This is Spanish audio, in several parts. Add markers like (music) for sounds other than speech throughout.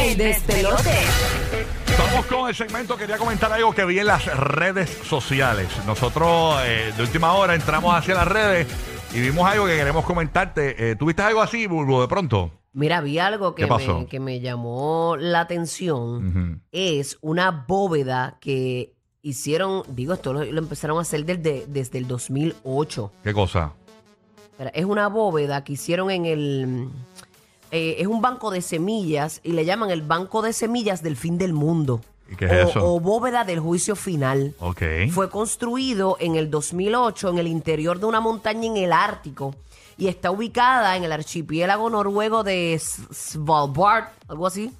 El despelote. Vamos con el segmento. Quería comentar algo que vi en las redes sociales. Nosotros eh, de última hora entramos hacia las redes y vimos algo que queremos comentarte. Eh, ¿Tuviste algo así, Bulbo, de pronto? Mira, vi algo que ¿Qué pasó? me, que me llamó la atención. Es una bóveda que hicieron, digo, esto lo, lo empezaron a hacer desde, desde el 2008. ¿Qué cosa? Espera, Es una bóveda que hicieron en el... eh, es un banco de semillas y le llaman el banco de semillas del fin del mundo. ¿Y qué es o, eso? o bóveda del juicio final. Ok. Fue construido en el 2008 en el interior de una montaña en el Ártico y está ubicada en el archipiélago noruego de S- Svalbard, algo así,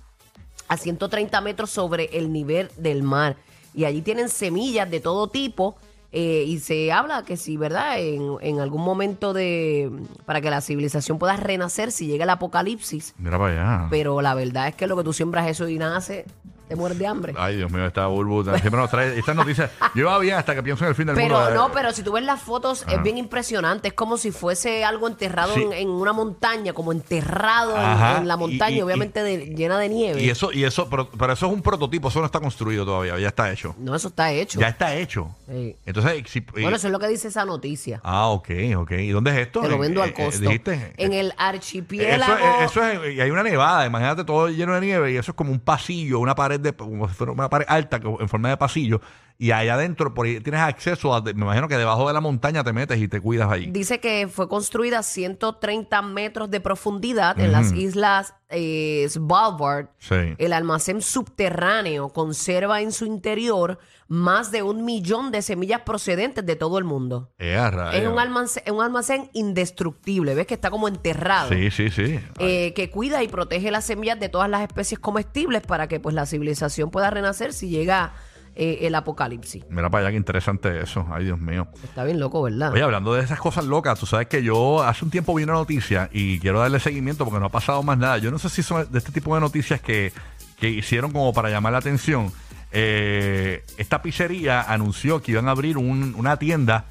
a 130 metros sobre el nivel del mar. Y allí tienen semillas de todo tipo. eh, y se habla que si, ¿verdad? En, en algún momento de... para que la civilización pueda renacer si llega el apocalipsis. Mira para allá. Pero la verdad es que lo que tú siembras eso y nace, te mueres de hambre. Ay, Dios mío, esta Bulbo siempre nos trae estas noticias. Yo iba bien hasta que pienso en el fin del mundo. Pero Eh, no, pero si tú ves las fotos Ajá. es bien impresionante, es como si fuese algo enterrado Ah. Sí. en, en una montaña, como enterrado en- Ajá, en, la y- montaña, y- obviamente de- llena de nieve. Y eso, y eso, pero, pero eso es un prototipo, eso no está construido todavía, ya está hecho. no, eso está hecho. Ya está hecho. Sí. Entonces, si- Bueno, eso es lo que dice esa noticia. Ah, ok, ok. ¿Y dónde es esto? Te lo En- vendo eh, al eh, costo. ¿Dijiste? En el Eso, archipiélago. es- eso es, y hay una nevada, imagínate todo lleno de nieve y eso es como un pasillo, una pared de como si fuera una pared alta que- en forma de pasillo y allá adentro por ahí tienes acceso a, me imagino que debajo de la montaña te metes y te cuidas ahí. Dice que fue construida a 130 metros de profundidad en las islas eh, Svalbard. Sí. El almacén subterráneo conserva en su interior más de un millón de semillas procedentes de todo el mundo. Eh, a rayos. Es un almacén, un almacén indestructible, ¿ves? Que está como enterrado. Sí, sí, sí. Eh, que cuida y protege las semillas de todas las especies comestibles para que pues la civilización pueda renacer si llega eh, el apocalipsis. Mira para allá qué interesante eso. Ay, Dios mío. Está bien loco, ¿verdad? Oye, hablando de esas cosas locas, tú sabes que yo hace un tiempo vi una noticia y quiero darle seguimiento porque no ha pasado más nada. Yo no sé si son de este tipo de noticias que, que hicieron como para llamar la atención. Eh, esta pizzería anunció que iban a abrir un- una tienda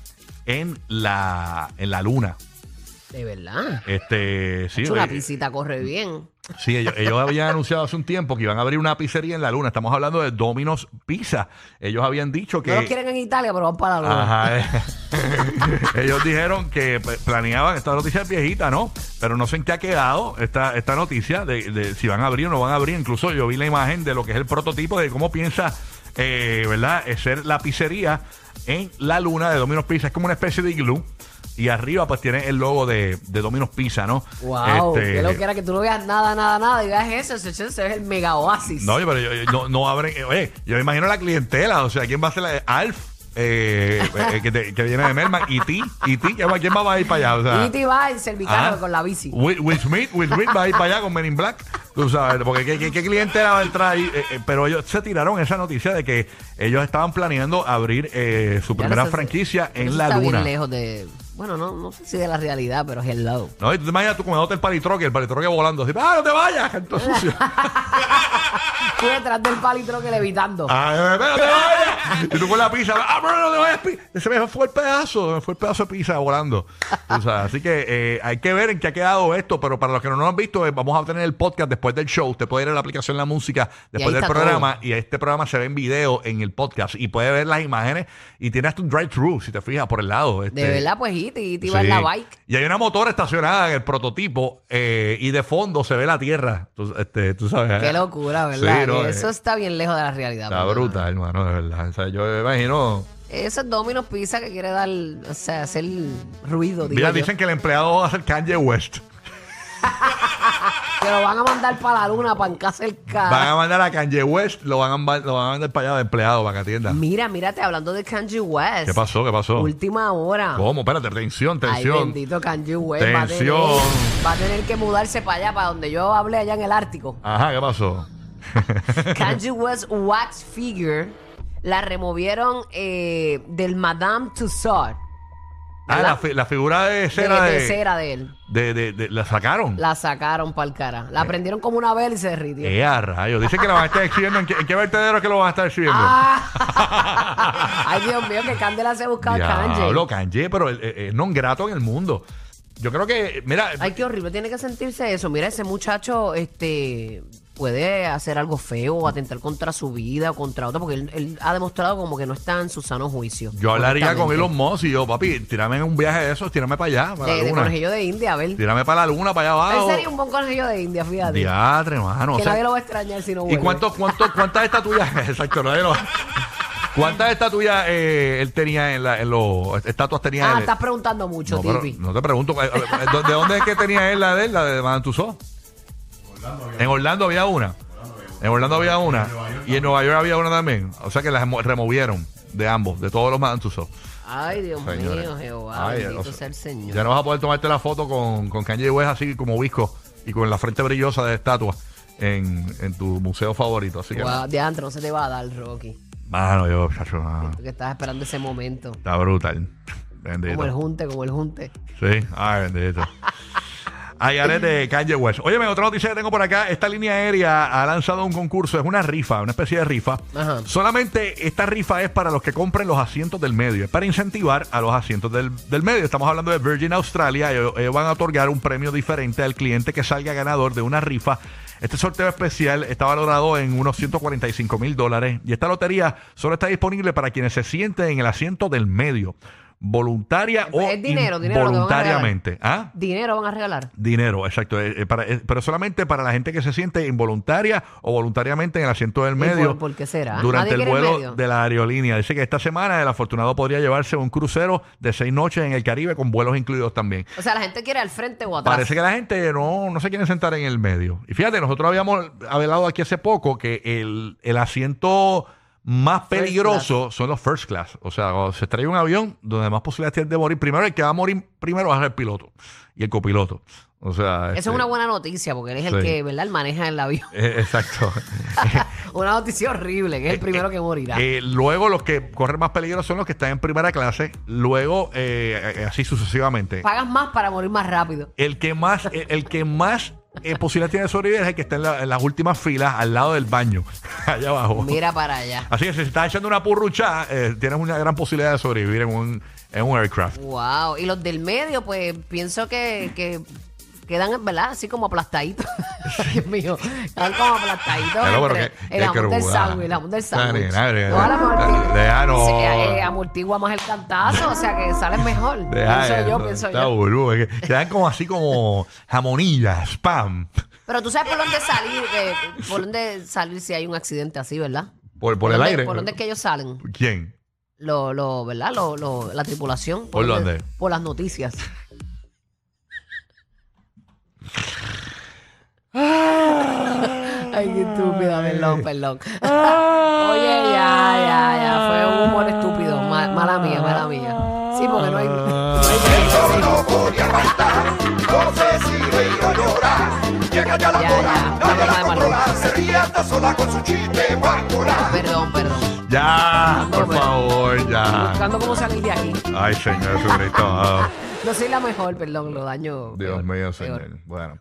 en la, en la luna. De verdad. Este, sí, Hacho, una eh, piscita corre bien. Sí, ellos, ellos habían anunciado hace un tiempo que iban a abrir una pizzería en la luna. Estamos hablando de Domino's Pizza. Ellos habían dicho que... No lo quieren en Italia, pero van para la luna. Ajá. eh. eh. (laughs) Ellos dijeron que pues, planeaban, esta noticia es viejita, ¿no? Pero no sé en qué ha quedado esta, esta noticia de, de si van a abrir o no van a abrir. Incluso yo vi la imagen de lo que es el prototipo de cómo piensa, eh, ¿verdad?, Eh, ser la pizzería en la luna de Domino's Pizza. Es como una especie de iglú. Y arriba pues tiene el logo de, de Domino's Pizza, ¿no? Wow, Este, que lo que era que tú no veas nada, nada, nada y veas eso, ese, ese es el mega oasis. No, pero yo, yo- no, no abren. eh, Oye, yo me imagino la clientela. O sea, ¿quién va a ser la Alf? eh, eh, que, te- que viene de Melman. Y ti, y ti, ¿quién va- quién más va a ir para allá? O sea, y te va el cervical ah, con la bici. Will, Will Smith, Will Smith va a ir para allá con Men in Black. Tú sabes, porque ¿qué, qué, qué clientela va a entrar ahí? Eh, eh, pero ellos se tiraron esa noticia de que ellos estaban planeando abrir eh, su Ya primera no sé si- franquicia eso en la está luna. Bien lejos de, bueno, no, no sé si de la realidad, pero es el lado. No, y tú te imaginas tú comiéndote el palitroque, el palitroque volando. Así, ¡Ah, no te vayas! Entonces, sucio. (laughs) Tú detrás del palitro que levitando. Ah, pero te vayas. Y tú con la pizza. Ah, pero no te vayas. pi- Se me fue el pedazo. se me fue el pedazo de pizza volando. O sea, así que eh, hay que ver en qué ha quedado esto. Pero para los que no lo han visto, eh, vamos a tener el podcast después del show. Usted puede ir a la aplicación La Música después ahí del está programa. Y este programa se ve en video en el podcast. Y puede ver las imágenes. Y tiene hasta un drive-thru, si te fijas, por el lado. De este. verdad, pues y te, iba en Sí. la bike. Y hay una motora estacionada en el prototipo eh, y de fondo se ve la tierra. Tú, este, tú sabes. Qué eh. locura, ¿verdad? Sí, no, Que eh. eso está bien lejos de la realidad. Está perdona. bruta, hermano, de verdad. O sea, yo me imagino. Eso es Domino's Pizza que quiere dar, o sea, hacer ruido, digo Mira, yo. dicen que el empleado va a ser Kanye West. Que lo van a mandar para la luna, para en casa el carro. Van a mandar a Kanye West, lo van a, ma- lo van a mandar para allá de empleado, para que atienda. Mira, mírate, hablando de Kanye West. Ah. ¿Qué pasó? ¿Qué pasó? Última hora. ¿Cómo? Espérate, tensión, Ay, tensión. bendito Kanye West. Va a, tener, Tensión. va a tener que mudarse para allá, para donde yo hablé allá en el (laughs) Ártico. Ajá, ¿qué pasó? Kanye West wax figure la removieron eh, del Madame Tussauds. ah, la, fi- la figura de De, cera de de. cera de él. de, de- de- ¿La sacaron? La sacaron para el cara. La prendieron como una vela y se derritió. (laughs) ¡Eh, a rayos! Dicen que la van a estar exhibiendo. ¿En qué, en qué vertedero es que lo van a estar exhibiendo? Ah. Ay, Dios mío, que Candela se busca a Diablo, Kanye. Kanye, pero el- el- es non grato en el mundo. Yo creo que, mira, Ay, qué horrible tiene que sentirse eso. Mira, ese muchacho, este, puede hacer algo feo o atentar contra su vida o contra otra, porque él, él ha demostrado como que no está en su sano juicio. Yo hablaría con honestamente. Elon Musk y yo, papi, tírame en un viaje de esos, tírame para allá, para De, de la luna. conejillo de India, a ver. Tírame para la luna, para allá Él abajo. sería un buen conejillo de India, fíjate. Diatre, mano. o que sea, nadie lo va a extrañar si no ¿Y vuelve. Ah, cuántos, cuántos, cuántas estatuillas? (laughs) Exacto, nadie lo- ¿Cuántas estatuillas eh, él tenía en, la, en los estatuas tenía Ah, él? estás preguntando mucho, no, pero- Tipi. no te pregunto, eh, eh, eh, ¿de dónde es que tenía él la de él, la de Madame Tussauds? En Orlando había una. En Orlando había una. Y en Nueva York había una también. O sea que las remo- removieron de ambos, de todos los Madame Tussauds. Ay, Dios Señores. mío, Jehová. Ay, bendito o sea, sea el Señor. Ya no vas a poder tomarte la foto con, con Kanye West así como visco y con la frente brillosa de estatua en, en tu museo favorito. Así que, Guau, de antro no se te va a dar, Rocky. mano, yo, chacho, mano, Tú que estás esperando ese momento. está brutal. Como el Bendito. junte, como el junte. Sí, ay, bendito. Ay, Ale de Kanye West. Óyeme, otra noticia que tengo por acá. Esta línea aérea ha lanzado un concurso, es una rifa, una especie de rifa. Ajá. Solamente esta rifa es para los que compren los asientos del medio, es para incentivar a los asientos del, del medio. Estamos hablando de Virgin Australia, ellos, ellos van a otorgar un premio diferente al cliente que salga ganador de una rifa. Este sorteo especial está valorado en unos 145 mil dólares y esta lotería solo está disponible para quienes se sienten en el asiento del medio, voluntaria o Pues Es dinero, dinero lo que van a voluntariamente. ¿Ah? Dinero van a regalar. Dinero, exacto. Eh, eh, para- eh, pero solamente para la gente que se siente involuntaria o voluntariamente en el asiento del ¿Y medio. por- por qué será? Durante Nadie el quiere el vuelo medio. de la aerolínea. Dice que esta semana el afortunado podría llevarse un crucero de seis noches en el Caribe con vuelos incluidos también. O sea, la gente quiere al frente o atrás. Parece que la gente no, no se quiere sentar en el medio. Y fíjate, nosotros habíamos hablado aquí hace poco que el, el asiento más First peligroso son los first class. O sea, cuando se estrella un avión, donde más posibilidades tienes de morir. Primero, el que va a morir primero es el piloto y el copiloto. O Eso sea, este, es una buena noticia porque él es el Sí. que, ¿verdad? Él maneja el avión. (laughs) eh, exacto. Una noticia horrible, que es el primero que morirá. Eh, luego, los que corren más peligro son los que están en primera clase. Luego, eh, eh, así sucesivamente. Pagas más para morir más rápido. El que más, el, el que más eh, posibilidades tiene de sobrevivir es el que está en, la- en las últimas filas al lado del baño, (laughs) allá abajo. Mira para allá. Así que si se está echando una purrucha, eh, tienes una gran posibilidad de sobrevivir en un, en un aircraft. Wow. Y los del medio, pues pienso que, que quedan, ¿verdad? Así como aplastaditos. (laughs) Dios mío. Quedan como aplastaditos. Pero, pero entre que- el que jamón del cruda. sándwich, el jamón del sándwich. Dale, dale, No, a la mejor dale, que- deja, no. se- eh, amortigua más el cantazo, o sea que sales mejor. Deja pienso eso, yo, pienso está yo. burú, es que te dan como así como jamonillas, spam. Pero tú sabes por dónde salir, eh, por dónde salir si hay un accidente así, ¿verdad? Por, por el dónde- aire. ¿Por dónde es que ellos salen? ¿Quién? Lo, lo, ¿Verdad? Lo, lo- la tripulación. ¿Por dónde? Por las noticias. Ay, qué estúpida, perdón, perdón. Oye, ya, ya, ya. Fue un humor estúpido. Ma- mala mía, mala mía. Sí, porque no hay. Ah. Yo no podía faltar, no sé si reír o llorar. Llega ya la Ya, hora, ya, nadie dale, la dale, controla. Se ríe hasta sola con su chiste guacola. Perdón, perdón. Ya, por pero- favor, ya. Buscando cómo salir de aquí. Ay, señor Jesucristo. ah, No soy la mejor, perdón, lo daño. Dios peor, mío, peor. señor. Bueno.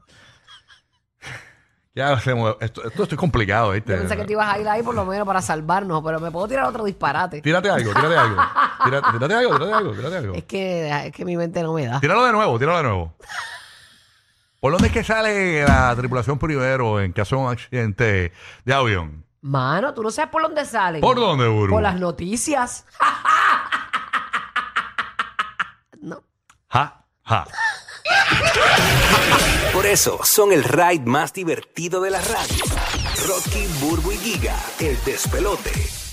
(laughs) Ya hacemos. Esto, esto esto es complicado, ¿viste? Yo pensé que te ibas a ir ahí por lo menos para salvarnos, pero me puedo tirar otro disparate. Tírate algo, tírate algo. Tírate, tírate algo, tírate algo, tírate algo. Es que, es que mi mente no me da. Tíralo de nuevo, tíralo de nuevo. ¿Por dónde es que sale la tripulación primero en caso de un accidente de avión? Mano, tú no sabes por dónde salen. ¿Por dónde, Buru? Por las noticias. (laughs) no. Ja, ja. Por eso son el ride más divertido de la radio. Rocky, Burbu y Giga, el despelote.